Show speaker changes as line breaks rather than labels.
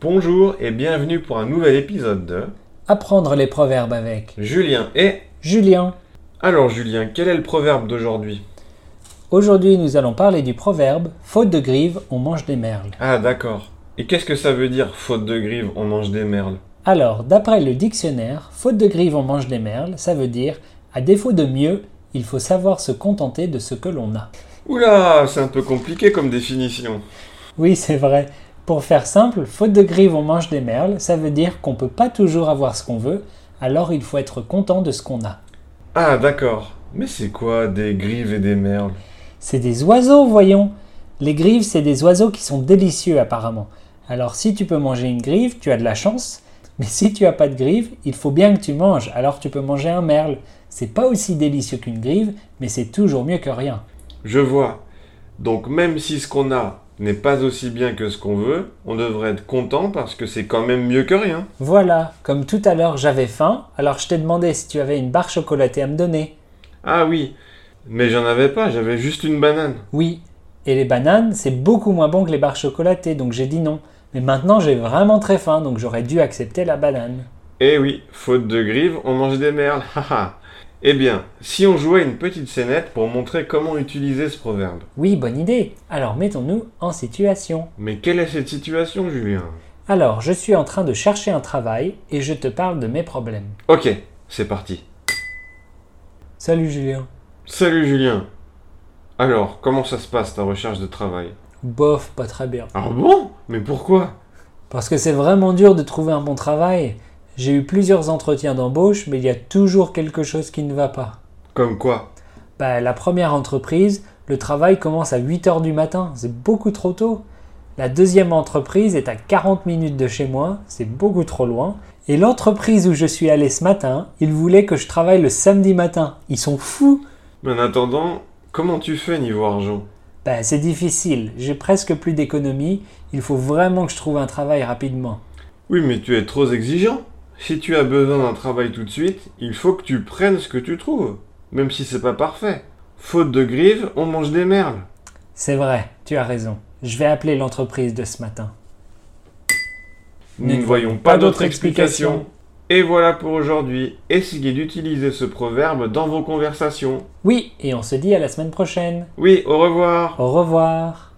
Bonjour et bienvenue pour un nouvel épisode de
Apprendre les proverbes avec
Julien et...
Julien.
Alors Julien, quel est le proverbe d'aujourd'hui
Aujourd'hui, nous allons parler du proverbe Faute de grive, on mange des merles.
Ah d'accord. Et qu'est-ce que ça veut dire faute de grive, on mange des merles
Alors, d'après le dictionnaire, faute de grive, on mange des merles, ça veut dire à défaut de mieux, il faut savoir se contenter de ce que l'on a.
Oula, c'est un peu compliqué comme définition.
Oui, c'est vrai. Pour faire simple, faute de grive, on mange des merles, ça veut dire qu'on peut pas toujours avoir ce qu'on veut, alors il faut être content de ce qu'on a.
Ah d'accord. Mais c'est quoi des grives et des merles
C'est des oiseaux, voyons. Les grives, c'est des oiseaux qui sont délicieux apparemment. Alors si tu peux manger une grive, tu as de la chance. Mais si tu as pas de grive, il faut bien que tu manges. Alors tu peux manger un merle. C'est pas aussi délicieux qu'une grive, mais c'est toujours mieux que rien.
Je vois. Donc même si ce qu'on a n'est pas aussi bien que ce qu'on veut, on devrait être content parce que c'est quand même mieux que rien.
Voilà, comme tout à l'heure j'avais faim, alors je t'ai demandé si tu avais une barre chocolatée à me donner.
Ah oui, mais j'en avais pas, j'avais juste une banane.
Oui. Et les bananes, c'est beaucoup moins bon que les barres chocolatées, donc j'ai dit non. Mais maintenant j'ai vraiment très faim, donc j'aurais dû accepter la banane.
Eh oui, faute de grive, on mange des merles. haha. eh bien, si on jouait une petite scénette pour montrer comment utiliser ce proverbe.
Oui, bonne idée. Alors mettons-nous en situation.
Mais quelle est cette situation, Julien
Alors, je suis en train de chercher un travail et je te parle de mes problèmes.
Ok, c'est parti.
Salut Julien.
Salut Julien. Alors, comment ça se passe ta recherche de travail
Bof, pas très bien.
Ah bon Mais pourquoi
Parce que c'est vraiment dur de trouver un bon travail. J'ai eu plusieurs entretiens d'embauche, mais il y a toujours quelque chose qui ne va pas.
Comme quoi
Bah, la première entreprise, le travail commence à 8h du matin, c'est beaucoup trop tôt. La deuxième entreprise est à 40 minutes de chez moi, c'est beaucoup trop loin. Et l'entreprise où je suis allé ce matin, ils voulaient que je travaille le samedi matin. Ils sont fous
Mais en attendant, comment tu fais niveau argent
Bah, c'est difficile, j'ai presque plus d'économie, il faut vraiment que je trouve un travail rapidement.
Oui, mais tu es trop exigeant. Si tu as besoin d'un travail tout de suite, il faut que tu prennes ce que tu trouves, même si c'est pas parfait. Faute de grive, on mange des merles.
C'est vrai, tu as raison. Je vais appeler l'entreprise de ce matin.
Nous ne voyons pas d'autre explication. Et voilà pour aujourd'hui. Essayez d'utiliser ce proverbe dans vos conversations.
Oui, et on se dit à la semaine prochaine.
Oui, au revoir.
Au revoir.